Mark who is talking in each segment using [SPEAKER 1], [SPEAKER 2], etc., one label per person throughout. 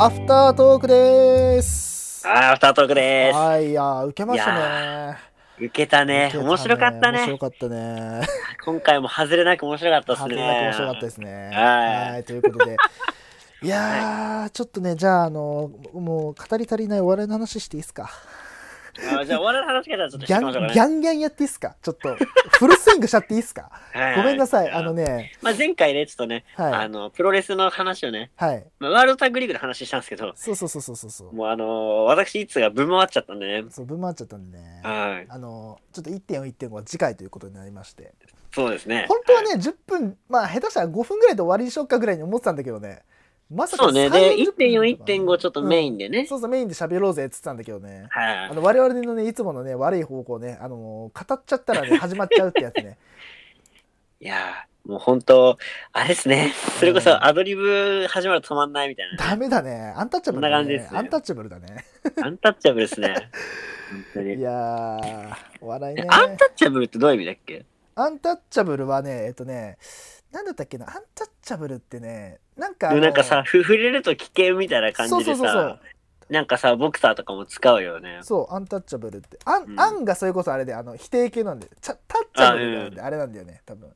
[SPEAKER 1] アフタートークです
[SPEAKER 2] あーアフタートークでー
[SPEAKER 1] はい、いやー、受けました
[SPEAKER 2] い
[SPEAKER 1] ね。
[SPEAKER 2] す。受けたね
[SPEAKER 1] 受。けた
[SPEAKER 2] 面白かっ
[SPEAKER 1] 面
[SPEAKER 2] たね
[SPEAKER 1] 白。かったね。
[SPEAKER 2] 今回も外れなく面白かったっす
[SPEAKER 1] 外
[SPEAKER 2] ね。
[SPEAKER 1] れなく面白かったですね。
[SPEAKER 2] はい
[SPEAKER 1] はい、ということで。 いやー、ちょっとね、じゃあ、あの、もう、語り足りないお笑いの話していいですか。
[SPEAKER 2] あーじゃあ、我々の話し方ちょっとし
[SPEAKER 1] ギャ
[SPEAKER 2] てみましょう
[SPEAKER 1] ン、
[SPEAKER 2] か
[SPEAKER 1] ギ
[SPEAKER 2] ね。
[SPEAKER 1] ャンギャンやっていいですかちょっと、 フルスイングしちゃっていいですか
[SPEAKER 2] は
[SPEAKER 1] ごめんなさい、あの
[SPEAKER 2] ね。
[SPEAKER 1] ね、
[SPEAKER 2] まあ、前回ね、ちょっとね、
[SPEAKER 1] はい
[SPEAKER 2] あの、プロレスの話をね、
[SPEAKER 1] はい。
[SPEAKER 2] まあ、ワールドタッグリーグの話したんですけど、
[SPEAKER 1] そうそうそうそうそうそう。
[SPEAKER 2] もうあのー私、いつがぶん回っちゃったんでね。
[SPEAKER 1] そう、ぶん回っちゃったんでね。
[SPEAKER 2] はい。
[SPEAKER 1] あの、ちょっと1.4、1.5は次回ということになりまして。
[SPEAKER 2] そうです ね。
[SPEAKER 1] 本当はね、10分、まあ、下手したら5分ぐらいで終わりにしようかぐらいに思ってたんだけどね。まさか
[SPEAKER 2] そうね。で、
[SPEAKER 1] 30分
[SPEAKER 2] 1.4、1.5ちょっとメイ
[SPEAKER 1] うん
[SPEAKER 2] ンでね。
[SPEAKER 1] そうそう、メインで喋ろうぜって言ってたんだけどね。
[SPEAKER 2] はい
[SPEAKER 1] あ。の我々のね、いつものね、悪い方向ね、あのー語っちゃったらね、始まっちゃうってやつ ね。
[SPEAKER 2] いやーもう本当あれですね。それこ
[SPEAKER 1] うん
[SPEAKER 2] そアドリブ始まると止まんないみたいな。
[SPEAKER 1] ダメだね。アンタッチャブル
[SPEAKER 2] こんな
[SPEAKER 1] だ
[SPEAKER 2] 感じで
[SPEAKER 1] ね。
[SPEAKER 2] すね
[SPEAKER 1] アンタッチャブルだね。
[SPEAKER 2] アンタッチャブ ルですね。本当
[SPEAKER 1] い
[SPEAKER 2] に。
[SPEAKER 1] やー、お笑いね
[SPEAKER 2] え。アンタッチャブルってどういう意味だっけ
[SPEAKER 1] アンタッチャブルはね、えっとね、なんだったっけな、アンタッチャブルってね、なんかあの、
[SPEAKER 2] なんかさ、ふ触れると危険みたいな感
[SPEAKER 1] そう
[SPEAKER 2] じ
[SPEAKER 1] そう
[SPEAKER 2] で
[SPEAKER 1] そうそう
[SPEAKER 2] さ、。なんかさ、ボクサーとかも使うよね。
[SPEAKER 1] そう、アンタッチャブルって。アン、
[SPEAKER 2] うん
[SPEAKER 1] アンがそれこそあれで、あの、否定形なんで、ちゃタッチャブルなんで、あれなんだよね、多分。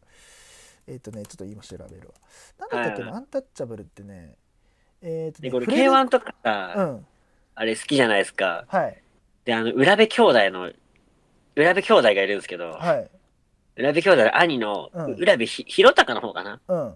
[SPEAKER 1] えっ、とね、ちょっと今調べるわ。なんだったっけ
[SPEAKER 2] う
[SPEAKER 1] な、
[SPEAKER 2] ん
[SPEAKER 1] アンタッチャブルってね、えっ、とね、
[SPEAKER 2] で、これ
[SPEAKER 1] フレデリ
[SPEAKER 2] K1 とか
[SPEAKER 1] う
[SPEAKER 2] さ、
[SPEAKER 1] ん、
[SPEAKER 2] あれ好きじゃないですか。
[SPEAKER 1] はい、
[SPEAKER 2] で、あの、浦部兄弟の、浦部兄弟がいるんですけど、
[SPEAKER 1] はい、
[SPEAKER 2] 浦部兄弟の兄の
[SPEAKER 1] うん、
[SPEAKER 2] 浦部ひ弘隆の方かな
[SPEAKER 1] うん、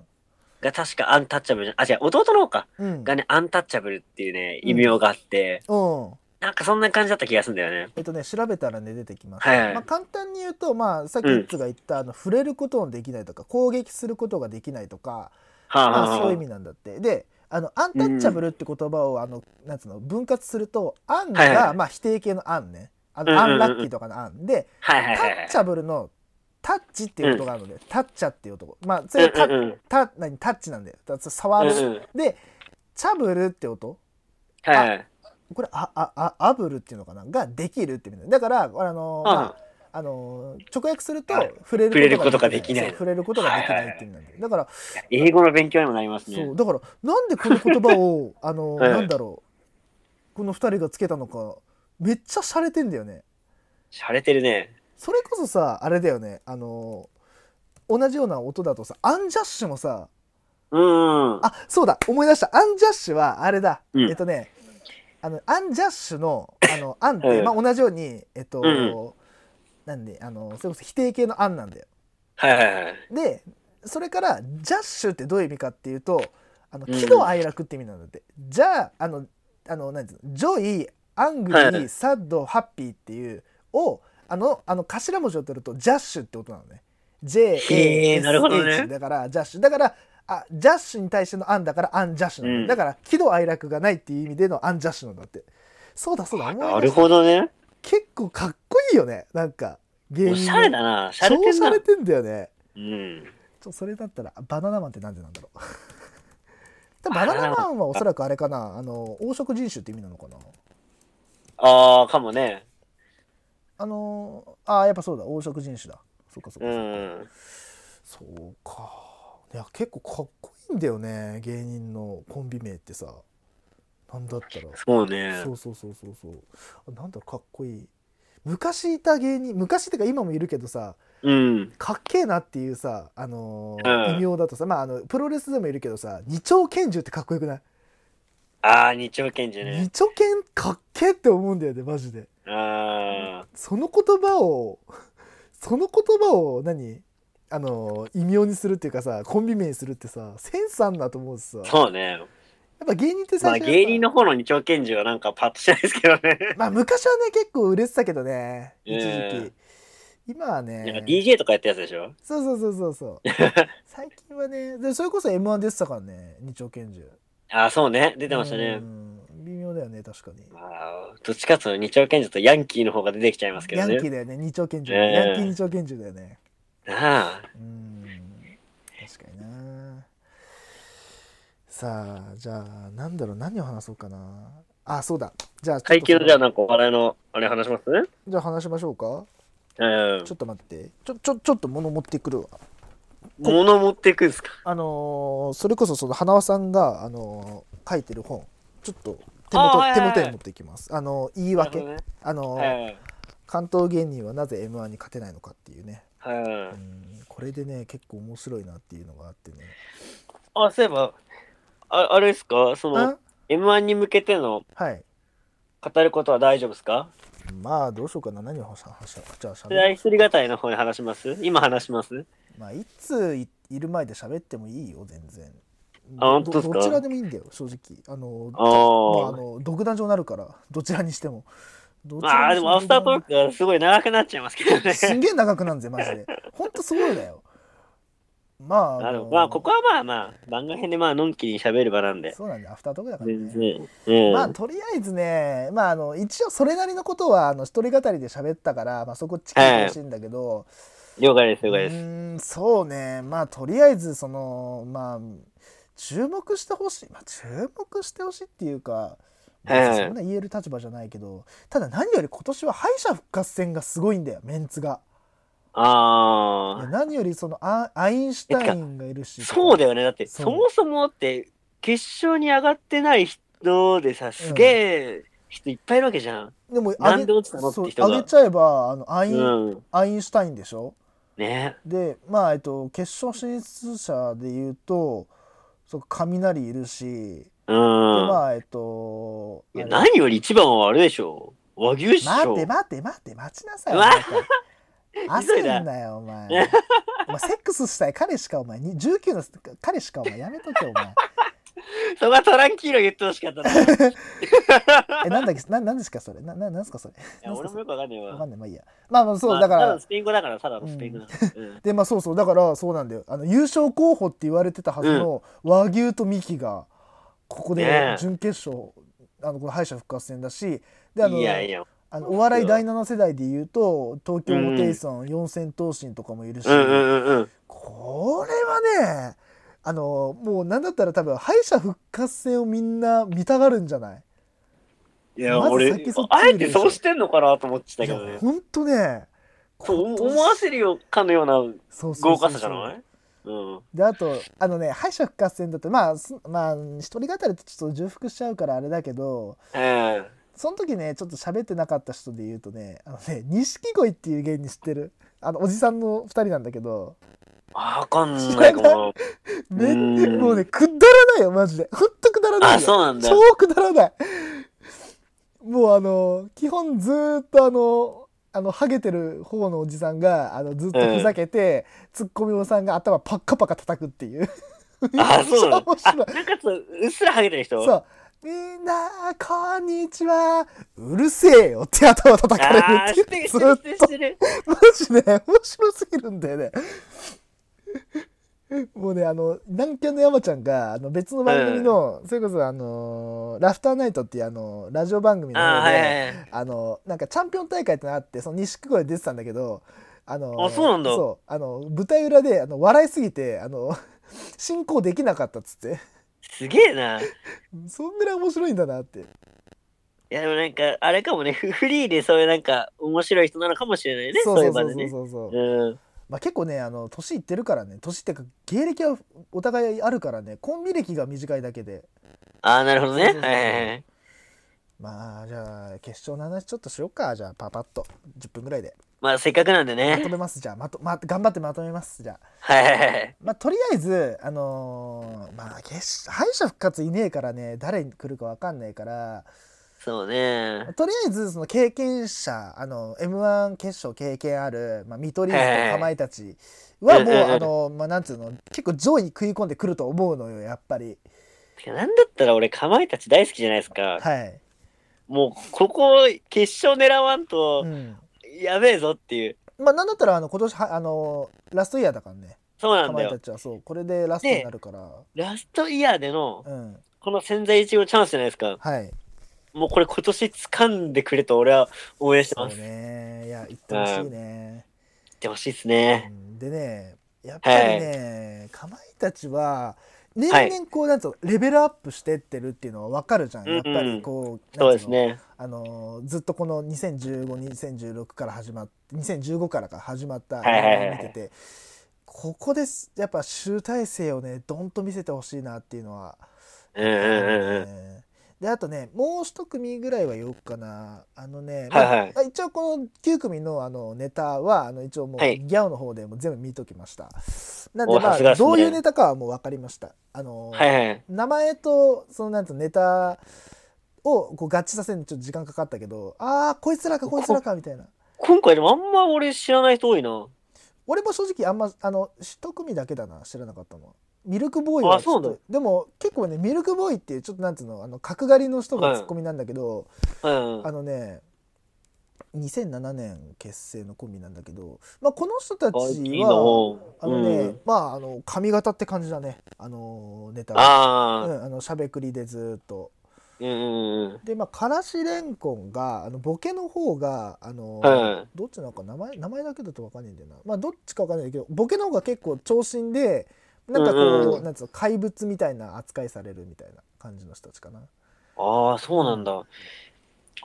[SPEAKER 2] が確かアンタッチャブルじゃ、あ、違う、弟の方か。
[SPEAKER 1] うん、
[SPEAKER 2] がね、アンタッチャブルっていうね、異名があって、
[SPEAKER 1] うん。
[SPEAKER 2] なんかそんな感じだった気がするんだよね。
[SPEAKER 1] えっとね、調べたらね出てきます、
[SPEAKER 2] はいはい
[SPEAKER 1] まあ、簡単に言うと、まあ、さっきイッツが言った、あの触れることのできないとか攻撃することができないとか、
[SPEAKER 2] はあ、は
[SPEAKER 1] ま
[SPEAKER 2] あ
[SPEAKER 1] あ、
[SPEAKER 2] はあ、
[SPEAKER 1] そういう意味なんだってであのアンタッチャブルって言葉を、あのなんつうの分割すると「アンが」
[SPEAKER 2] はいはい
[SPEAKER 1] まあ、否定形の「アンね」あ
[SPEAKER 2] うん
[SPEAKER 1] の
[SPEAKER 2] うん
[SPEAKER 1] ア
[SPEAKER 2] うん
[SPEAKER 1] ンラッキーとかの「アン」で
[SPEAKER 2] はい
[SPEAKER 1] タ
[SPEAKER 2] はいはいはい
[SPEAKER 1] ッチ。ャブルの「タッチ」っていうことがあるので「タッチャ」っていう男まあそれがタ
[SPEAKER 2] うんう
[SPEAKER 1] ッ
[SPEAKER 2] んうん
[SPEAKER 1] タ何タッチなんだよだから触
[SPEAKER 2] う
[SPEAKER 1] る
[SPEAKER 2] んうん
[SPEAKER 1] で「チャブル」って音
[SPEAKER 2] はいはい。
[SPEAKER 1] これ「あああアブル」っていうのかなができるって意味なんだだからあの
[SPEAKER 2] うん
[SPEAKER 1] まああの直訳すると
[SPEAKER 2] はい
[SPEAKER 1] 触れる
[SPEAKER 2] 触れることができない
[SPEAKER 1] そう触れることができないって意味なんだよだから
[SPEAKER 2] 英語の勉強にもなりますね。
[SPEAKER 1] そうだからなんでこの言葉 をあの、
[SPEAKER 2] はい
[SPEAKER 1] なんだろうこの2人がつけたのかめっちゃ洒落てんだよね
[SPEAKER 2] 洒落てるね。
[SPEAKER 1] それこそさあれだよねあの同じような音だとさアンジャッシュもさ
[SPEAKER 2] うんうん。
[SPEAKER 1] あそうだ思い出したアンジャッシュはあれだ、
[SPEAKER 2] うん
[SPEAKER 1] えっとねあのアンジャッシュのあのアンって、
[SPEAKER 2] うん
[SPEAKER 1] まあ、同じようにえっと、
[SPEAKER 2] うん
[SPEAKER 1] なんであのそれこそ否定形のアンなんだよ
[SPEAKER 2] はいはいはい。
[SPEAKER 1] でそれから「ジャッシュ」ってどういう意味かっていうとあの
[SPEAKER 2] うん
[SPEAKER 1] 喜怒哀楽って意味なんだって、じゃああのあの何ていうのジョイアングリー、
[SPEAKER 2] はい
[SPEAKER 1] サッドハッピーっていうをあのあの頭文字を取ると「ジャッシュ」って音なのね J
[SPEAKER 2] へ
[SPEAKER 1] A
[SPEAKER 2] えなるほどね
[SPEAKER 1] SH だからジャッシュだからあジャッシュに対しての「アン」だから「アンジャッシュ」なの、ね
[SPEAKER 2] うん
[SPEAKER 1] だから喜怒哀楽がないっていう意味での「アンジャッシュ」なんだってそうだそうだ思い出した
[SPEAKER 2] なるほどね。
[SPEAKER 1] 結構かっこいいよねなんか芸
[SPEAKER 2] おしゃれだな。洒落てん
[SPEAKER 1] 超洒
[SPEAKER 2] な
[SPEAKER 1] 落。てんだよね
[SPEAKER 2] うん。
[SPEAKER 1] ちょそれだったらあバナナマンってなんでなんだろ う多分バナナマンはおそらくあれかなあの黄色人種って意味なのかな
[SPEAKER 2] ああ、かもね。
[SPEAKER 1] あのあーやっぱそうだ黄色人種だそっかそっ
[SPEAKER 2] う
[SPEAKER 1] かそっか、
[SPEAKER 2] ん。
[SPEAKER 1] そうかいや結構かっこいいんだよね芸人のコンビ名ってさなんだったら
[SPEAKER 2] そうね
[SPEAKER 1] そ。うそうそうそうそうあなんだろうかっこいい昔いた芸人昔ってか今もいるけどさ
[SPEAKER 2] うん。
[SPEAKER 1] かっけえなっていうさあのー
[SPEAKER 2] うん
[SPEAKER 1] 異名だとさまああのプロレスでもいるけどさ二丁拳銃ってかっこよくない
[SPEAKER 2] ああ、二丁拳銃
[SPEAKER 1] 二
[SPEAKER 2] ね。
[SPEAKER 1] 丁拳かっけえって思うんだよねマジで
[SPEAKER 2] ああ。
[SPEAKER 1] その言葉を その言葉を何あの異名にするっていうかさコンビ名にするってさセンスあんなと思うしさやっ
[SPEAKER 2] そうね。
[SPEAKER 1] ぱ芸人って
[SPEAKER 2] ま
[SPEAKER 1] 最
[SPEAKER 2] あ
[SPEAKER 1] 初やっぱ、
[SPEAKER 2] 芸人の方の二丁拳銃はなんかパッとしないですけ どね。
[SPEAKER 1] まあ昔はね結構売れてたけどね一時期、
[SPEAKER 2] え
[SPEAKER 1] 今は
[SPEAKER 2] なんか
[SPEAKER 1] ね
[SPEAKER 2] DJ とかやったやつでしょ
[SPEAKER 1] そうそうそうそうそう 最近はねでそれこそ m 1出てたからね二丁拳銃
[SPEAKER 2] ああ、そうね。出てました
[SPEAKER 1] う
[SPEAKER 2] ね。
[SPEAKER 1] ん微妙だよね確かに
[SPEAKER 2] まあ、どっちかというと二丁拳銃とヤンキーの方が出てきちゃいますけ
[SPEAKER 1] ヤ
[SPEAKER 2] ど
[SPEAKER 1] ン
[SPEAKER 2] ね
[SPEAKER 1] キ。ーだよね二丁拳銃、
[SPEAKER 2] ええ
[SPEAKER 1] ヤンキー二丁拳銃だよね
[SPEAKER 2] ああ。
[SPEAKER 1] うーん確かになさあじゃあなんだろう何を話そうかなあそうだじゃあちょっ
[SPEAKER 2] 階
[SPEAKER 1] と
[SPEAKER 2] 級のじゃあなんかお笑いのあれ話しますね。
[SPEAKER 1] じゃあ話しましょうか
[SPEAKER 2] うん
[SPEAKER 1] ちょ。っと待ってちょちょちょっと物持ってくるわ
[SPEAKER 2] 物持っていくんですか
[SPEAKER 1] あのーそれこそその花輪さんが、あのー書いてる本ちょっと手元,、
[SPEAKER 2] あはいはい
[SPEAKER 1] 手
[SPEAKER 2] はい
[SPEAKER 1] 元に持っていきますあの言い訳、
[SPEAKER 2] なる
[SPEAKER 1] あの、
[SPEAKER 2] ほどね
[SPEAKER 1] 関東芸人はなぜ m 1に勝てないのかっていうね
[SPEAKER 2] はいは
[SPEAKER 1] う
[SPEAKER 2] い
[SPEAKER 1] んこれでね結構面白いなっていうのがあってね
[SPEAKER 2] あそういえばああれですかその
[SPEAKER 1] あ
[SPEAKER 2] m 1に向けての
[SPEAKER 1] はい
[SPEAKER 2] 語ることは大丈夫ですか
[SPEAKER 1] まあどうしようかな何をはしゃはしゃはしゃはしゃ
[SPEAKER 2] それは一人語りの方に話します今話します
[SPEAKER 1] まあいついいる前で喋ってもいいよ全然
[SPEAKER 2] あ本当です
[SPEAKER 1] ど
[SPEAKER 2] か
[SPEAKER 1] どちらでもいいんだよ正直あの
[SPEAKER 2] あ
[SPEAKER 1] まあ、
[SPEAKER 2] ー
[SPEAKER 1] あの独壇場になるからどちらにしてもどち
[SPEAKER 2] ま
[SPEAKER 1] ら
[SPEAKER 2] あ
[SPEAKER 1] に
[SPEAKER 2] で
[SPEAKER 1] して
[SPEAKER 2] もアフタートークがすごい長くなっちゃいますけど ね
[SPEAKER 1] すんげえ長くなんぜマジでほんとそうだよまあ
[SPEAKER 2] なるほ
[SPEAKER 1] の
[SPEAKER 2] どまあここはまあまあ番外編でまあのんきに喋る場なんで
[SPEAKER 1] そうなんだよアフタートークだから
[SPEAKER 2] 全
[SPEAKER 1] ね
[SPEAKER 2] 然うん
[SPEAKER 1] まあとりあえずねまああの一応それなりのことはあの一人語りで喋ったから、まあ、そこチキしてほしいんだけど、
[SPEAKER 2] 了解です了解
[SPEAKER 1] う
[SPEAKER 2] です
[SPEAKER 1] ーんそうねまあとりあえずそのまあ注目してほしい、まあ、注目してほしいっていうか、まあ
[SPEAKER 2] はい
[SPEAKER 1] そんな言える立場じゃないけどただ何より今年は敗者復活戦がすごいんだよメンツが。いや
[SPEAKER 2] ああ
[SPEAKER 1] 何よりそのアアインシュタインがいるし
[SPEAKER 2] そうだよねだって
[SPEAKER 1] そ
[SPEAKER 2] そうもそもって決勝に上がってない人でさすげえ人いっぱいいるわけじゃん
[SPEAKER 1] でも
[SPEAKER 2] な
[SPEAKER 1] あげ
[SPEAKER 2] んで落ちたのって
[SPEAKER 1] そう
[SPEAKER 2] 人が
[SPEAKER 1] 上げちゃえばあのアイン、
[SPEAKER 2] うん
[SPEAKER 1] アインシュタインでしょ
[SPEAKER 2] ね
[SPEAKER 1] でまあえっと決勝進出者で言うとそう雷いるし、
[SPEAKER 2] うん
[SPEAKER 1] でまあえっと
[SPEAKER 2] い
[SPEAKER 1] あ
[SPEAKER 2] や
[SPEAKER 1] れ
[SPEAKER 2] 何より一番はあれでしょ和牛師
[SPEAKER 1] 待
[SPEAKER 2] 匠
[SPEAKER 1] って待って待って待ちなさい
[SPEAKER 2] わ
[SPEAKER 1] あなた
[SPEAKER 2] 急いだ
[SPEAKER 1] 焦んなよお前お前セックスしたい彼しかお前に19の彼しかお前やめとけお前
[SPEAKER 2] そこはトランキーロ言ってほしか ったない
[SPEAKER 1] えなんだっけななんですかそれなななんですかそれ
[SPEAKER 2] や俺もよくわかんない
[SPEAKER 1] わ
[SPEAKER 2] わ
[SPEAKER 1] かんないまあいいやまあまあそう、
[SPEAKER 2] まあ
[SPEAKER 1] だか
[SPEAKER 2] た
[SPEAKER 1] ら
[SPEAKER 2] のスペイン語だからただのスペイン語だからうん
[SPEAKER 1] でまあそうそうだからそうなんだよあの優勝候補って言われてたはずの和牛とミキがここ
[SPEAKER 2] ね
[SPEAKER 1] で
[SPEAKER 2] え
[SPEAKER 1] 準決勝、あのこの敗者復活戦だしであの
[SPEAKER 2] いやいや
[SPEAKER 1] あのお笑い第7世代で言うと東京ホテイソン四千頭身とかもいるし、
[SPEAKER 2] うんうんうんうん
[SPEAKER 1] これはねあのもうなんだったら多分敗者復活戦をみんな見たがるんじゃない
[SPEAKER 2] いや、
[SPEAKER 1] まず
[SPEAKER 2] 俺
[SPEAKER 1] 先そっち、
[SPEAKER 2] あえ
[SPEAKER 1] 見る
[SPEAKER 2] て
[SPEAKER 1] でしょ
[SPEAKER 2] そうしてんのかなと思ってた
[SPEAKER 1] い
[SPEAKER 2] け
[SPEAKER 1] や
[SPEAKER 2] どね。
[SPEAKER 1] ほんとね
[SPEAKER 2] そう思わせるよかのような
[SPEAKER 1] そうそうそうそう
[SPEAKER 2] 豪華さじゃないうん。
[SPEAKER 1] であとあのね敗者復活戦だとまあすまあ一人語りってちょっと重複しちゃうからあれだけど
[SPEAKER 2] ええ
[SPEAKER 1] その時ねちょっと喋ってなかった人で言うとねあのね錦鯉っていう芸人知ってるあのおじさんの2人なんだけど
[SPEAKER 2] あわかんないかも
[SPEAKER 1] め
[SPEAKER 2] うーん
[SPEAKER 1] もうねくだらないよマジでほんとくだら
[SPEAKER 2] な。
[SPEAKER 1] な
[SPEAKER 2] あ、
[SPEAKER 1] いよ
[SPEAKER 2] そうなんだ。
[SPEAKER 1] 超くだらないもうあの基本ずーっとあのあのハゲてる方のおじさんがあのずっとふざけて、ツッコミおさんが頭パッカパカ叩くっていう
[SPEAKER 2] あ、そうなんだ
[SPEAKER 1] 面。白
[SPEAKER 2] あ、
[SPEAKER 1] い
[SPEAKER 2] なんかちょっとうっすらハゲてる人
[SPEAKER 1] そう。みんな、こんにちは。うるせえよって頭叩か
[SPEAKER 2] あ
[SPEAKER 1] れ
[SPEAKER 2] ー、
[SPEAKER 1] る
[SPEAKER 2] し
[SPEAKER 1] ってていう。
[SPEAKER 2] るし
[SPEAKER 1] ずって
[SPEAKER 2] るしてる
[SPEAKER 1] と
[SPEAKER 2] し。てる。
[SPEAKER 1] マジで、面白すぎるんだよね。もうね、あの、南キャンの山ちゃんが、あの、別の番組の、それこそ、あのー、ラフターナイトっていう、あの、ラジオ番組の
[SPEAKER 2] あー、
[SPEAKER 1] 方
[SPEAKER 2] はい
[SPEAKER 1] で、
[SPEAKER 2] はいはい。
[SPEAKER 1] あの、なんかチャンピオン大会ってのがあって、その錦鯉出てたんだけど、あの、
[SPEAKER 2] あそうなんだ
[SPEAKER 1] そうあの、舞台裏で、あの、笑いすぎて、あの、進行できなかったっつって、
[SPEAKER 2] すげえな。い
[SPEAKER 1] そんぐらい面白いんだなって。
[SPEAKER 2] や、でもなんか、あれかもね、フフリーでそういうなんか、面白い人なのかもしれないね、
[SPEAKER 1] そ
[SPEAKER 2] そううい
[SPEAKER 1] そううそ
[SPEAKER 2] 場
[SPEAKER 1] う
[SPEAKER 2] で
[SPEAKER 1] そう
[SPEAKER 2] ね。
[SPEAKER 1] そうそう、
[SPEAKER 2] うん。
[SPEAKER 1] まあ、結構ねあの年いってるからね年っていうか芸歴はお互いあるからねコンビ歴が短いだけで
[SPEAKER 2] あー、なるほどね。
[SPEAKER 1] そう
[SPEAKER 2] はい
[SPEAKER 1] そうそう
[SPEAKER 2] はいはい。
[SPEAKER 1] まあじゃあ決勝の話ちょっとしようかじゃあパパッと10分ぐらいで
[SPEAKER 2] まあ、せっかくなんで
[SPEAKER 1] まと
[SPEAKER 2] ね。
[SPEAKER 1] めますじゃあまと、ま、頑張ってまとめますじゃあ
[SPEAKER 2] はいはいはい。
[SPEAKER 1] まあとりあえずあのーまあ決勝敗者復活いねえからね誰に来るかわかんないから
[SPEAKER 2] そうね。
[SPEAKER 1] とりあえずその経験者あの m 1決勝経験ある、まあ、見取り図とかまいたちはもう
[SPEAKER 2] はいはい
[SPEAKER 1] あの、まあ、なんつうの結構上位に食い込んでくると思うのよやっぱり
[SPEAKER 2] てかなんだったら俺、かまいたち大好きじゃないですか。
[SPEAKER 1] はい、
[SPEAKER 2] もう、ここ、決勝狙わん
[SPEAKER 1] う
[SPEAKER 2] と、
[SPEAKER 1] ん、
[SPEAKER 2] やべえぞっていう。
[SPEAKER 1] まあなんだったらあの今年はあのラストイヤーだからね
[SPEAKER 2] そうな
[SPEAKER 1] か
[SPEAKER 2] ん
[SPEAKER 1] ま
[SPEAKER 2] だ
[SPEAKER 1] いた
[SPEAKER 2] よ。
[SPEAKER 1] ちはそうこれでラストになるから、
[SPEAKER 2] ラストイヤーでの、
[SPEAKER 1] うん
[SPEAKER 2] この潜在一遇のチャンスじゃないですか。
[SPEAKER 1] はい
[SPEAKER 2] もうこれ今年掴んでくれと俺は応援して
[SPEAKER 1] そ
[SPEAKER 2] ま
[SPEAKER 1] う
[SPEAKER 2] す。
[SPEAKER 1] ねいや言ってほしいね、
[SPEAKER 2] 行ってほしいです
[SPEAKER 1] う
[SPEAKER 2] ね。
[SPEAKER 1] ん、でねやっぱりねかまいたちは年々こうなんつうのレベルアップしてってるっていうのは分かるじゃん、
[SPEAKER 2] うんうん
[SPEAKER 1] やっぱりこう
[SPEAKER 2] そ
[SPEAKER 1] なん
[SPEAKER 2] うで
[SPEAKER 1] つ
[SPEAKER 2] す
[SPEAKER 1] の
[SPEAKER 2] ね。
[SPEAKER 1] あのずっとこの20152016から始まって2015からか始まった
[SPEAKER 2] はいはいはい
[SPEAKER 1] 映画を見ててここですやっぱ集大成をねどんと見せてほしいなっていうのは、
[SPEAKER 2] うんうんうんうん。
[SPEAKER 1] ねであとねもう一組ぐらいは言おうかなあのね、ま
[SPEAKER 2] は
[SPEAKER 1] あ
[SPEAKER 2] いはい
[SPEAKER 1] まあ一応この9組のあのネタはあの一応もう、
[SPEAKER 2] はい
[SPEAKER 1] ギャオの方でも全部見ときましたなん
[SPEAKER 2] お
[SPEAKER 1] で
[SPEAKER 2] ー
[SPEAKER 1] ま
[SPEAKER 2] さ
[SPEAKER 1] あ
[SPEAKER 2] すがですね
[SPEAKER 1] どういうネタかはもう分かりましたあの、
[SPEAKER 2] はいはい。
[SPEAKER 1] 名前とそのなんつうのネタをこう合致させるのにちょっと時間かかったけどああこいつらかこいつらかみたいな
[SPEAKER 2] 今回でもあんま俺知らない人多いな。
[SPEAKER 1] 俺も正直あんまあの一組だけだな知らなかったのはミルクボーイは
[SPEAKER 2] あそうな
[SPEAKER 1] ちょっ
[SPEAKER 2] の
[SPEAKER 1] とでも結構ねミルクボーイっていうちょっとなんつうのあの角刈りの人が
[SPEAKER 2] はい
[SPEAKER 1] ツッコミなんだけど、
[SPEAKER 2] うんうん。
[SPEAKER 1] あのね2007年結成のコンビなんだけど、まあ、この人たち
[SPEAKER 2] あいい
[SPEAKER 1] は
[SPEAKER 2] の。
[SPEAKER 1] あのね、
[SPEAKER 2] うん
[SPEAKER 1] まああの髪型って感じだねあのネタはう
[SPEAKER 2] あ
[SPEAKER 1] ん、あのしゃべくりでずーっと
[SPEAKER 2] あ。うんうんうん。
[SPEAKER 1] でまあからしれんこんがあのボケの方があの、
[SPEAKER 2] はい
[SPEAKER 1] どっちなのか名前名前だけだと分かんないんだよなまあどっちか分かんないけどボケの方が結構長身でなんかこう、
[SPEAKER 2] うんうん
[SPEAKER 1] なんつうの怪物みたいな扱いされるみたいな感じの人たちかな
[SPEAKER 2] ああ、そうなんだ。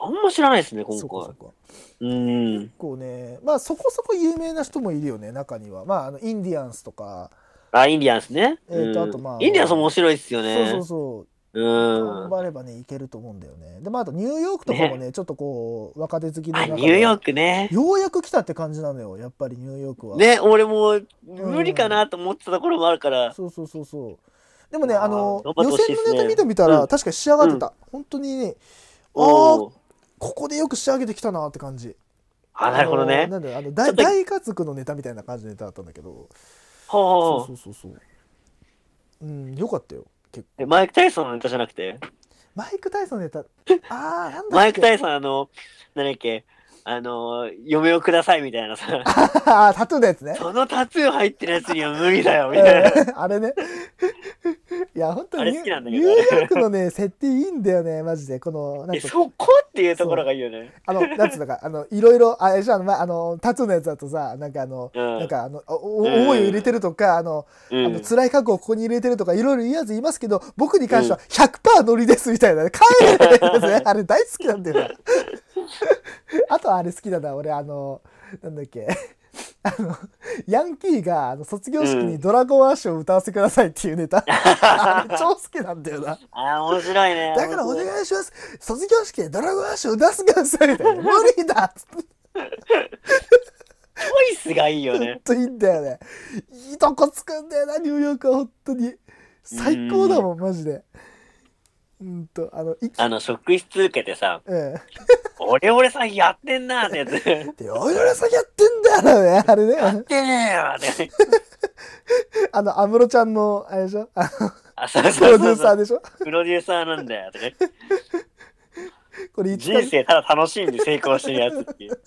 [SPEAKER 2] あんま知らないですね、今
[SPEAKER 1] そこそ
[SPEAKER 2] 回。
[SPEAKER 1] こ
[SPEAKER 2] うん。
[SPEAKER 1] こうねまあそこそこ有名な人もいるよね中にはまああのインディアンスとか、
[SPEAKER 2] あ、インディアンスね。
[SPEAKER 1] えーと
[SPEAKER 2] うん
[SPEAKER 1] あとまあ
[SPEAKER 2] インディアンス面白いですよね。
[SPEAKER 1] そうそうそう
[SPEAKER 2] うん
[SPEAKER 1] 頑。張ればねいけると思うんだよねでまああとニューヨークとかもねちょっとこう若手好きの
[SPEAKER 2] あ、
[SPEAKER 1] 中
[SPEAKER 2] ニューヨー
[SPEAKER 1] で
[SPEAKER 2] クね。
[SPEAKER 1] ようやく来たって感じなのよやっぱりニューヨークは。
[SPEAKER 2] ね、俺も無理かなと思ってたところもある から。
[SPEAKER 1] そうそうそうそう。でもね、
[SPEAKER 2] まあ
[SPEAKER 1] あの、
[SPEAKER 2] 頑張って
[SPEAKER 1] 予
[SPEAKER 2] ほしい
[SPEAKER 1] 選
[SPEAKER 2] っすね
[SPEAKER 1] のネタ見てみたら、
[SPEAKER 2] うん
[SPEAKER 1] 確かに仕上がってた。本当にね、あー
[SPEAKER 2] おー
[SPEAKER 1] ここでよく仕上げてきたなって感じ。
[SPEAKER 2] あ、なるほど
[SPEAKER 1] あ
[SPEAKER 2] ね。
[SPEAKER 1] のなんだあの大
[SPEAKER 2] ちょっと
[SPEAKER 1] 大家族のネタみたいな感じのネタだったんだけど。
[SPEAKER 2] ほ
[SPEAKER 1] そう
[SPEAKER 2] うほ
[SPEAKER 1] そうそうそう。うん、よかったよ。結
[SPEAKER 2] う。で、マイク・タイソンのネタじゃなくて、
[SPEAKER 1] マイク・タイソンのネ タ、ああ、なんだっけ。
[SPEAKER 2] マイク・タ
[SPEAKER 1] イ
[SPEAKER 2] イソン、あの、なんだっけ、あの、嫁をくださいみたいなさ、
[SPEAKER 1] あータトゥーのやつね。
[SPEAKER 2] そのタトゥー入ってるやつには無理だよ、 みたいな。
[SPEAKER 1] あれね。いや、本当
[SPEAKER 2] あ
[SPEAKER 1] に
[SPEAKER 2] れ
[SPEAKER 1] ニ
[SPEAKER 2] 好
[SPEAKER 1] ュ
[SPEAKER 2] きなんだ
[SPEAKER 1] ー
[SPEAKER 2] け
[SPEAKER 1] ニ
[SPEAKER 2] ど
[SPEAKER 1] ュ
[SPEAKER 2] ね
[SPEAKER 1] ーヨークのね、設定いいんだよね、マジで。この、なん
[SPEAKER 2] え、
[SPEAKER 1] か
[SPEAKER 2] そこっていうところがいいよね。
[SPEAKER 1] あの、なんつうのか、あの、いろいろ、あれじゃん、まあ、あの、タツのやつだとさ、なんかあの、
[SPEAKER 2] うん
[SPEAKER 1] なんかあの、おお
[SPEAKER 2] うん
[SPEAKER 1] 思いを入れてるとか、あの、
[SPEAKER 2] うん
[SPEAKER 1] あの辛い過去をここに入れてるとか、いろいろ言うやつ言いますけど、僕に関しては100%ノリですみたいなね、帰れないです ね。あれ大好きなんだよな。あとあれ好きだな、俺、あの、なんだっけ。あの、ヤンキーが、あの、卒業式にドラゴンアッシュを歌わせてくださいっていうネ タ。あれ超好きなんだよな。
[SPEAKER 2] あー、面白いね。
[SPEAKER 1] だからお
[SPEAKER 2] 面白い
[SPEAKER 1] 願いします卒業式でドラゴンアッシュを出すくださいみた いな無理だっ
[SPEAKER 2] チョイスがいいよね。
[SPEAKER 1] といいんだよねいいとこつくんだよなニューヨークは本当に最高だもんマジでうんとあのいき
[SPEAKER 2] あの、職質受けてさ、
[SPEAKER 1] うん
[SPEAKER 2] オレオレさんやってんなーって やつ。や
[SPEAKER 1] でおいろさんやってんだよねあれ ね
[SPEAKER 2] ってねえよーって。
[SPEAKER 1] あの安室ちゃんのあれでしょあの
[SPEAKER 2] あ、そう
[SPEAKER 1] プ
[SPEAKER 2] そ
[SPEAKER 1] ロ
[SPEAKER 2] う
[SPEAKER 1] デ
[SPEAKER 2] そ
[SPEAKER 1] ュ
[SPEAKER 2] う
[SPEAKER 1] ーサ
[SPEAKER 2] そ
[SPEAKER 1] ー
[SPEAKER 2] う。
[SPEAKER 1] でしょ
[SPEAKER 2] プロデューサーなんだよとか。
[SPEAKER 1] これ一
[SPEAKER 2] 人生ただ楽しんで成功してるやつって いう。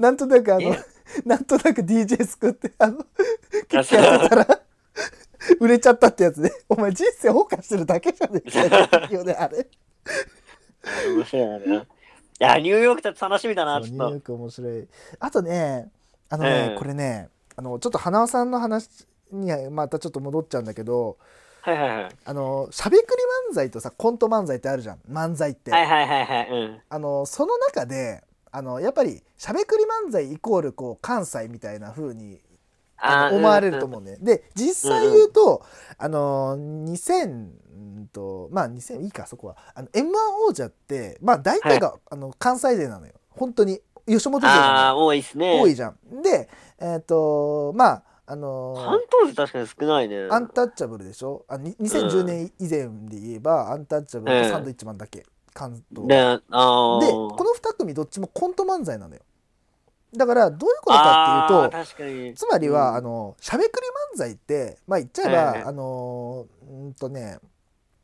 [SPEAKER 1] なんとなくあ
[SPEAKER 2] いい
[SPEAKER 1] の
[SPEAKER 2] ね
[SPEAKER 1] なんとなく DJ 作ってあ の
[SPEAKER 2] あ
[SPEAKER 1] 結果やってたら売れちゃったってやつねお前人生謳歌してるだけじゃねえか よねあれ
[SPEAKER 2] 面白いな。いや、ニューヨークだって楽しみだな、
[SPEAKER 1] そう
[SPEAKER 2] ち
[SPEAKER 1] ニ
[SPEAKER 2] ょっ
[SPEAKER 1] ューヨ
[SPEAKER 2] と。
[SPEAKER 1] ーク面白いあとねあのね、
[SPEAKER 2] ええ
[SPEAKER 1] これねあのちょっと花輪さんの話にはまたちょっと戻っちゃうんだけど
[SPEAKER 2] はいはいはい。
[SPEAKER 1] あのしゃべくり漫才とさコント漫才ってあるじゃん漫才って、
[SPEAKER 2] はいはいはいはい。うん。
[SPEAKER 1] あのその中であのやっぱりしゃべくり漫才イコールこう関西みたいな風にあ
[SPEAKER 2] ー
[SPEAKER 1] の思われると思うね。で実際言うと、あの2000うんとまあ2000いいかそこはあの m 1王者ってまあ大体が、あの関西勢なのよ本当に吉本
[SPEAKER 2] うん
[SPEAKER 1] 勢な
[SPEAKER 2] ああ、多いっす
[SPEAKER 1] の
[SPEAKER 2] ね。
[SPEAKER 1] 多いじゃん。でえっ、とまああの
[SPEAKER 2] 関東勢確かに少ないね。
[SPEAKER 1] アンタッチャブルでしょあに2010年以前で言えば、アンタッチャブルとサンドイッチマンだけ関東。
[SPEAKER 2] ね、ああ。
[SPEAKER 1] でこの2組どっちもコント漫才なのよ。だからどういうことかっていうと
[SPEAKER 2] あー確かに。
[SPEAKER 1] つまりは、
[SPEAKER 2] うん
[SPEAKER 1] あのしゃべくり漫才ってまあ言っちゃえば、
[SPEAKER 2] ええ
[SPEAKER 1] あのうーんとね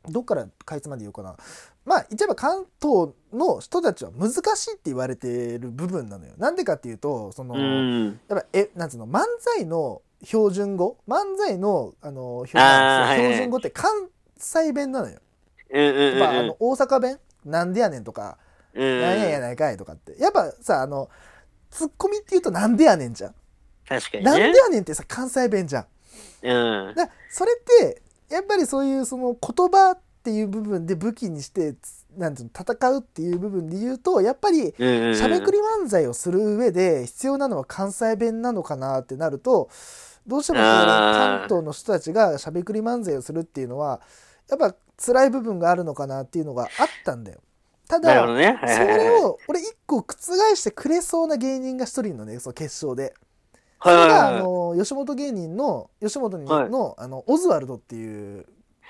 [SPEAKER 1] どっからかいつまで言おうかなまあ言っちゃえば関東の人たちは難しいって言われてる部分なのよ。なんでかっていうとその、
[SPEAKER 2] うん。
[SPEAKER 1] やっぱえなんつうの漫才の標準語漫才のあの標準
[SPEAKER 2] あーはいはい
[SPEAKER 1] 標準語って関西弁なのよ。
[SPEAKER 2] うんうんうん。
[SPEAKER 1] やっぱあの大阪弁なんでやねんとか、
[SPEAKER 2] うん
[SPEAKER 1] なんややないかいとかってやっぱさあのツッコミって言うとなんでやねんじゃん。
[SPEAKER 2] 確かにね。
[SPEAKER 1] なんでやねんってさ関西弁じゃん。
[SPEAKER 2] うん。
[SPEAKER 1] だからそれってやっぱりそういうその言葉っていう部分で武器にしてつなんていうの戦うっていう部分で言うとやっぱり
[SPEAKER 2] うんうんうん
[SPEAKER 1] しゃべくり漫才をする上で必要なのは関西弁なのかなってなるとどうしてもこう
[SPEAKER 2] あー
[SPEAKER 1] 関東の人たちがしゃべくり漫才をするっていうのはやっぱ辛い部分があるのかなっていうのがあったんだよた
[SPEAKER 2] なるほ
[SPEAKER 1] だ
[SPEAKER 2] どね。
[SPEAKER 1] そ
[SPEAKER 2] はいはいはい
[SPEAKER 1] れを俺一個覆してくれそうな芸人が一人いるのねその決勝でそれ
[SPEAKER 2] はいはい
[SPEAKER 1] が
[SPEAKER 2] は
[SPEAKER 1] あ
[SPEAKER 2] い。
[SPEAKER 1] の吉本芸人の吉本に
[SPEAKER 2] はい
[SPEAKER 1] のあのオズワルドっていう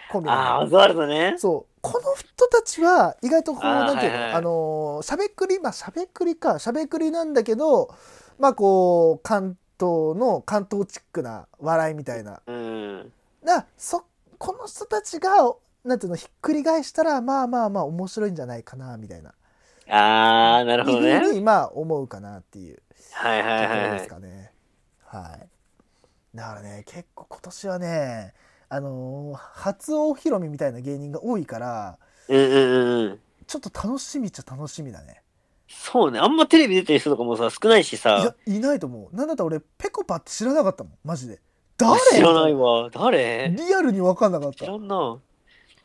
[SPEAKER 1] コンビなの
[SPEAKER 2] ああ、オズワルドね。
[SPEAKER 1] そうこの人たちは意外とこう
[SPEAKER 2] あー
[SPEAKER 1] なんていうの、
[SPEAKER 2] はいはい
[SPEAKER 1] あのーしゃべくりまあしゃべくりかしゃべくりなんだけどまあこう関東の関東チックな笑いみたいな
[SPEAKER 2] うん。
[SPEAKER 1] なそこの人たちがなんていうのひっくり返したらまあまあまあ面白いんじゃないかなみたいな
[SPEAKER 2] ああ、なるほどね
[SPEAKER 1] いう。ふうにまあ思うかなっていう
[SPEAKER 2] はいは
[SPEAKER 1] と
[SPEAKER 2] い
[SPEAKER 1] こ
[SPEAKER 2] はい
[SPEAKER 1] ろ
[SPEAKER 2] は
[SPEAKER 1] です
[SPEAKER 2] い。
[SPEAKER 1] かね。はい。だからね、結構今年はね、あのー初お披露目みたいな芸人が多いから、
[SPEAKER 2] うんうんうんうん。
[SPEAKER 1] ちょっと楽しみっちゃ楽しみだね。
[SPEAKER 2] そうね。あんまテレビ出てる人とかもさ、少ないし
[SPEAKER 1] いや
[SPEAKER 2] さ。、
[SPEAKER 1] いないと思う。なんだったら俺、ペコパって知らなかったもん、マジで。誰
[SPEAKER 2] 知らないわ。誰
[SPEAKER 1] リアルに分かんなかっ
[SPEAKER 2] 知
[SPEAKER 1] た。
[SPEAKER 2] らんな。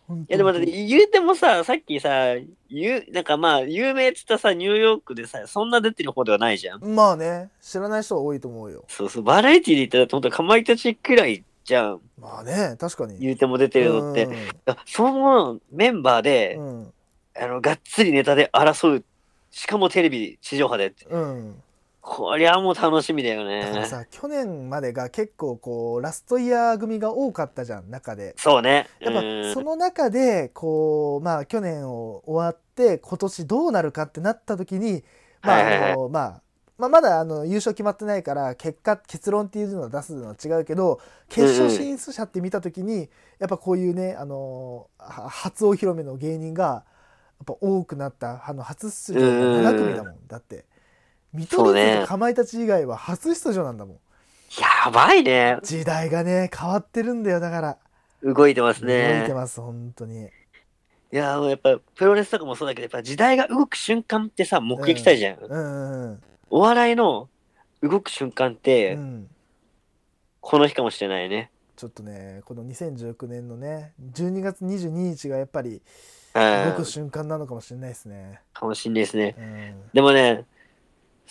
[SPEAKER 1] 本
[SPEAKER 2] い
[SPEAKER 1] 当
[SPEAKER 2] やでもだって
[SPEAKER 1] に
[SPEAKER 2] 言うてもさ、さっきさ、ゆなんかまあ、有名っつったさ、ニューヨークでさ、そんな出てる方ではないじゃん。
[SPEAKER 1] まあね、知らない人は多いと思うよ。
[SPEAKER 2] そうそう、バラエティで言ったら、本当かまいたちくらいじゃん。
[SPEAKER 1] まあね、確かに。
[SPEAKER 2] 言うても出てるのって。あそのメンバーで、
[SPEAKER 1] うん。うん。
[SPEAKER 2] あの、がっつりネタで争う。しかもテレビ、地上波でって。
[SPEAKER 1] うん
[SPEAKER 2] こりゃもう楽しみだよ
[SPEAKER 1] だから
[SPEAKER 2] ね。
[SPEAKER 1] さ去年までが結構こうラストイヤー組が多かったじゃん中で
[SPEAKER 2] そうね。
[SPEAKER 1] やっぱ
[SPEAKER 2] うん
[SPEAKER 1] その中でこうまあ去年を終わって今年どうなるかってなった時にま
[SPEAKER 2] はいはい
[SPEAKER 1] あ
[SPEAKER 2] はい
[SPEAKER 1] あのまあまあまだあの優勝決まってないから結果結論っていうのを出すのは違うけど決勝進出者って見た時にやっぱこういうねあのは初お披露目の芸人がやっぱ多くなったあの初出場が7組だもんだって見取り図とかまいたち以外は初出場なんだもん
[SPEAKER 2] やばいね。
[SPEAKER 1] 時代がね変わってるんだよだから
[SPEAKER 2] 動いてます
[SPEAKER 1] 動いて
[SPEAKER 2] ね。
[SPEAKER 1] ます本当に。
[SPEAKER 2] いや、もうやっぱ、プロレスとかもそうだけど、やっぱ時代が動く瞬間ってさ、目撃したいじゃん。
[SPEAKER 1] うんうん
[SPEAKER 2] お笑いの動く瞬間っ
[SPEAKER 1] う
[SPEAKER 2] て、
[SPEAKER 1] ん、
[SPEAKER 2] この日かもしれないね。
[SPEAKER 1] ちょっとねこの2019年のね12月22日がやっぱり
[SPEAKER 2] う
[SPEAKER 1] 動く
[SPEAKER 2] ん。
[SPEAKER 1] 瞬間なのかもしれないですね。
[SPEAKER 2] かもしんないですね。
[SPEAKER 1] うん
[SPEAKER 2] でもね、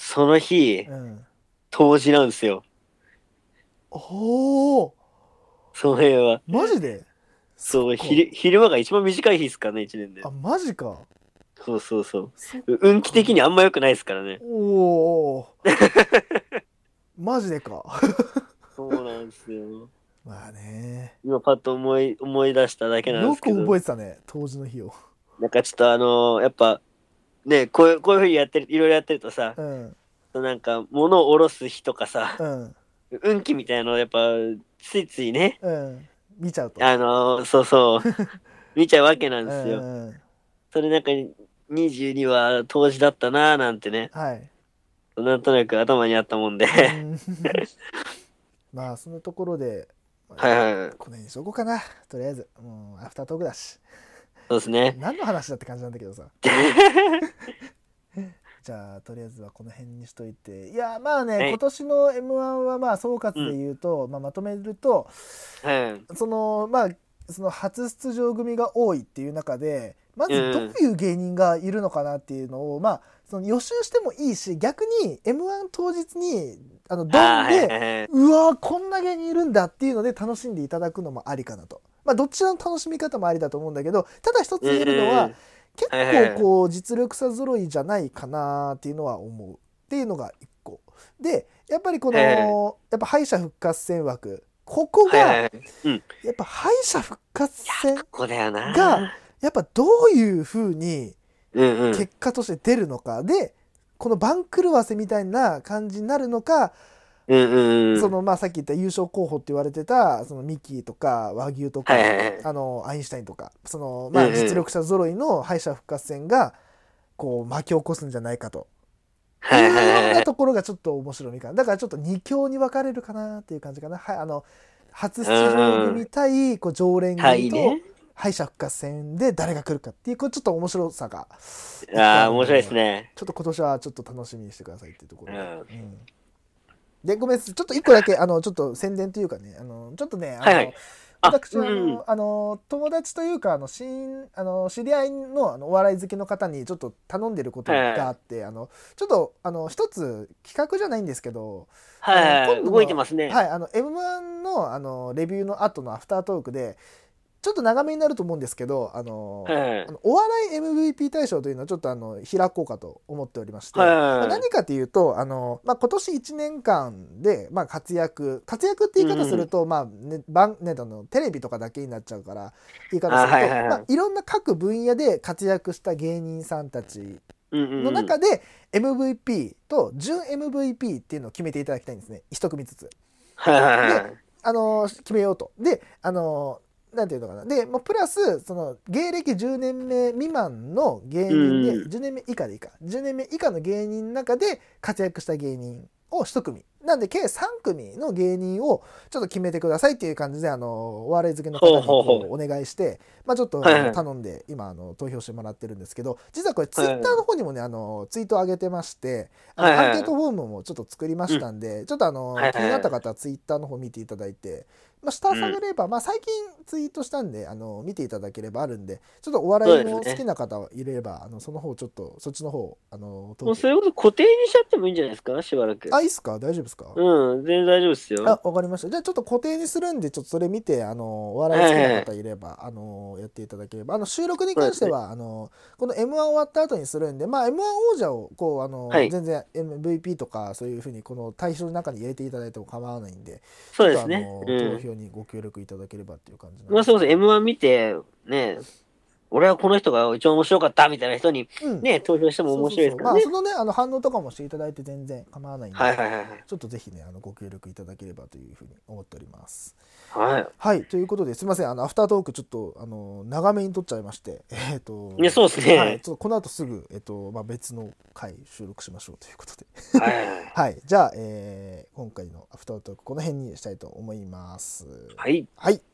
[SPEAKER 2] その日、
[SPEAKER 1] うん、
[SPEAKER 2] 当時なんですよ。
[SPEAKER 1] おお
[SPEAKER 2] その辺は。
[SPEAKER 1] マジで
[SPEAKER 2] そ
[SPEAKER 1] そ
[SPEAKER 2] う、
[SPEAKER 1] っか
[SPEAKER 2] 昼昼間が一番短い日ですからね、一年で
[SPEAKER 1] あ。マジか
[SPEAKER 2] そうそうそう。
[SPEAKER 1] そ
[SPEAKER 2] 運気的にあんま良くないですからね。
[SPEAKER 1] おお マジでか
[SPEAKER 2] そうなんですよ。
[SPEAKER 1] まあね
[SPEAKER 2] 今パッと思い思い出しただけなん
[SPEAKER 1] よ
[SPEAKER 2] ですけ
[SPEAKER 1] く
[SPEAKER 2] ど。
[SPEAKER 1] 覚えてたね当時の日を。
[SPEAKER 2] なんかちょっとあのーやっぱねこういうこういうふうにやってるいろいろやってるとさ
[SPEAKER 1] うん
[SPEAKER 2] なんか物を下ろす日とかさ
[SPEAKER 1] うん
[SPEAKER 2] 運気みたいなのやっぱついついね
[SPEAKER 1] うん見ちゃうと。
[SPEAKER 2] あのーそうそう 見ちゃうわけなんですよ。
[SPEAKER 1] うんうん
[SPEAKER 2] それなんか22は当時だったなーなんてね
[SPEAKER 1] はい。
[SPEAKER 2] なんとなく頭にあったもんで
[SPEAKER 1] うん まあそのところで。
[SPEAKER 2] はいはいはい
[SPEAKER 1] この辺にしとこうかなとりあえずもうアフタートークだし
[SPEAKER 2] そうですね
[SPEAKER 1] 何の話だって感じなんだけど さじゃあとりあえずはこの辺にしといていやまあ
[SPEAKER 2] は
[SPEAKER 1] ね
[SPEAKER 2] い
[SPEAKER 1] 今年の m 1はまあ総括で言うと、まあ、まとめると
[SPEAKER 2] はい
[SPEAKER 1] そのまあその初出場組が多いっていう中でまずどういう芸人がいるのかなっていうのを、まあその予習してもいいし逆に m 1当日にあのド
[SPEAKER 2] あ
[SPEAKER 1] ン
[SPEAKER 2] ーはい
[SPEAKER 1] で
[SPEAKER 2] はいはいう
[SPEAKER 1] わーこんな芸人いるんだっていうので楽しんでいただくのもありかなと。まあどちらの楽しみ方もありだと思うんだけどただ一つ言えるのは、
[SPEAKER 2] うん
[SPEAKER 1] 結
[SPEAKER 2] はいはいは
[SPEAKER 1] 構
[SPEAKER 2] い
[SPEAKER 1] こう実力差揃いじゃないかなっていうのは思うっていうのが一個。でやっぱりこの、
[SPEAKER 2] ええ
[SPEAKER 1] やっぱ敗者復活戦枠ここが
[SPEAKER 2] はいはいは
[SPEAKER 1] や
[SPEAKER 2] いうん
[SPEAKER 1] っぱ敗者復活戦
[SPEAKER 2] ここだよな
[SPEAKER 1] がやっぱどういうふうに
[SPEAKER 2] うんうん
[SPEAKER 1] 結果として出るのかでこの番狂わせみたいな感じになるのか
[SPEAKER 2] うんうんうん
[SPEAKER 1] そのまあさっき言った優勝候補って言われてたそのミッキーとか和牛とか、
[SPEAKER 2] はいはいはい
[SPEAKER 1] あのアインシュタインとかそのまあ
[SPEAKER 2] うんうん
[SPEAKER 1] 実力者揃いの敗者復活戦がこう巻き起こすんじゃないかというよう
[SPEAKER 2] はいはいはいは
[SPEAKER 1] ないところがちょっと面白みかなだからちょっと二強に分かれるかなっていう感じかな、はい、あの初出場組対こう常連
[SPEAKER 2] はい
[SPEAKER 1] 組と
[SPEAKER 2] ね
[SPEAKER 1] 敗者復活戦で誰が来るかっていうこうちょっと面白さが
[SPEAKER 2] ああ面白いですね
[SPEAKER 1] ちょっと今年はちょっと楽しみにしてくださいっていうところで。
[SPEAKER 2] うん
[SPEAKER 1] うんでごめんちょっと一個 だけあのちょっと宣伝というかねあのちょっとねあの、
[SPEAKER 2] はいはいあ
[SPEAKER 1] 私あの,、
[SPEAKER 2] うんうん
[SPEAKER 1] あの友達というかあの親あの知り合いのあのお笑い好きの方にちょっと頼んでることがあって、あのちょっとあの一つ企画じゃないんですけど、
[SPEAKER 2] はいはい
[SPEAKER 1] あの今度の
[SPEAKER 2] 動いてますね。
[SPEAKER 1] はいあの m 1のあのレビューの後のアフタートークでちょっと長めになると思うんですけど、あの
[SPEAKER 2] はいはい
[SPEAKER 1] あのお笑い MVP 大賞というのをちょっとあの開こうかと思っておりまして、
[SPEAKER 2] はいはいはい
[SPEAKER 1] まあ何かというとあの、まあ、今年1年間で、まあ、活躍活躍って言い方すると、まあね番ね、あのテレビとかだけになっちゃうから言い方すると
[SPEAKER 2] あはいはいはい
[SPEAKER 1] まあ、いろんな各分野で活躍した芸人さんたち
[SPEAKER 2] うんうん
[SPEAKER 1] の中で MVP と準 MVP っていうのを決めていただきたいんですね一組ずつ。
[SPEAKER 2] はいはいはい
[SPEAKER 1] あの決めようと。で、あのなんていうのかな。で、もうプラス、その、芸歴10年目未満の芸人で、
[SPEAKER 2] うん
[SPEAKER 1] 10年目以下でいいか。10年目以下の芸人の中で活躍した芸人を1組。なんで、計3組の芸人をちょっと決めてくださいっていう感じで、あの、お笑い好きの方に
[SPEAKER 2] ほうほう
[SPEAKER 1] こ
[SPEAKER 2] ほ
[SPEAKER 1] うお願いして、まあちょっと
[SPEAKER 2] はいはい
[SPEAKER 1] あの頼んで、今、あの、投票してもらってるんですけど、実はこれ、ツイッターの方にもね、あの、ツイート上げてまして、あ
[SPEAKER 2] はいはい
[SPEAKER 1] のアンケートフォームもちょっと作りましたんで、ちょっとあの、
[SPEAKER 2] はいはいはい
[SPEAKER 1] 気になった方はツイッターの方見ていただいて、まあ、下探れば、まあ、最近ツイートしたんであの見ていただければあるんでちょっとお笑い
[SPEAKER 2] そ
[SPEAKER 1] の
[SPEAKER 2] うです
[SPEAKER 1] 好
[SPEAKER 2] ね
[SPEAKER 1] きな方はいればあのその方ちょっとそっちの方あの投
[SPEAKER 2] もうそ
[SPEAKER 1] 票
[SPEAKER 2] れこそ固定にしちゃってもいいんじゃないですかしばらく。
[SPEAKER 1] あいいっすか大丈夫ですか、
[SPEAKER 2] うん、全然大丈夫ですよ。
[SPEAKER 1] あわかりましたじゃあちょっと固定にするんでちょっとそれ見てあのお笑い好きな方いれば、あのやっていただければあの収録に関しては、あのこの m 1終わった後にするんで、まあ、m 1王者をこうあの、
[SPEAKER 2] はい
[SPEAKER 1] 全然 MVP とかそういうふうにこの対象の中に入れていただいても構わないんで
[SPEAKER 2] そうですね
[SPEAKER 1] ちょっ。と
[SPEAKER 2] う
[SPEAKER 1] あの投票
[SPEAKER 2] ん。
[SPEAKER 1] にご協力いただければっていう感じなん
[SPEAKER 2] まあ、
[SPEAKER 1] です
[SPEAKER 2] そもそも M1 見て、ね、俺はこの人が一番面白かったみたいな人に
[SPEAKER 1] うん
[SPEAKER 2] ね、投票しても面白いですから
[SPEAKER 1] そう
[SPEAKER 2] ね
[SPEAKER 1] そうそうまあ、そのね、あの反応とかもしていただいて全然構わないんで、
[SPEAKER 2] はいはいはい
[SPEAKER 1] ちょっとぜひね、あのご協力いただければというふうに思っております。
[SPEAKER 2] はい。は
[SPEAKER 1] はい、ということですいません、あのアフタートークちょっとあの長めに撮っちゃいまして、えっ、と、
[SPEAKER 2] いやそうですね
[SPEAKER 1] はい、ちょっとこの後すぐえっ、とまあ別の回収録しましょうということで、
[SPEAKER 2] いはいはい。
[SPEAKER 1] はい、じゃあ、えー今回のアフタートークこの辺にしたいと思います。
[SPEAKER 2] はい。
[SPEAKER 1] はい。